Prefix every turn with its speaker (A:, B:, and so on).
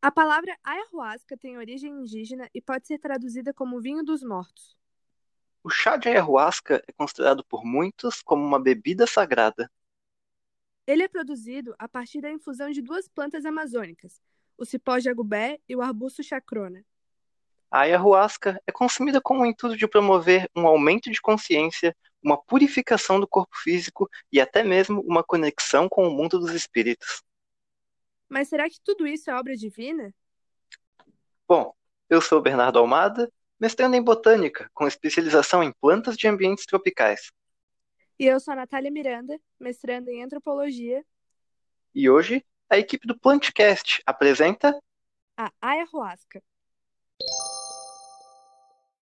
A: A palavra ayahuasca tem origem indígena e pode ser traduzida como vinho dos mortos.
B: O chá de ayahuasca é considerado por muitos como uma bebida sagrada.
A: Ele é produzido a partir da infusão de duas plantas amazônicas, o cipó jagubé e o arbusto chacrona.
B: A ayahuasca é consumida com o intuito de promover um aumento de consciência, uma purificação do corpo físico e até mesmo uma conexão com o mundo dos espíritos.
A: Mas será que tudo isso é obra divina?
B: Bom, eu sou Bernardo Almada, mestrando em botânica, com especialização em plantas de ambientes tropicais.
A: E eu sou a Natália Miranda, mestrando em antropologia.
B: E hoje, a equipe do Plantcast apresenta
A: a ayahuasca.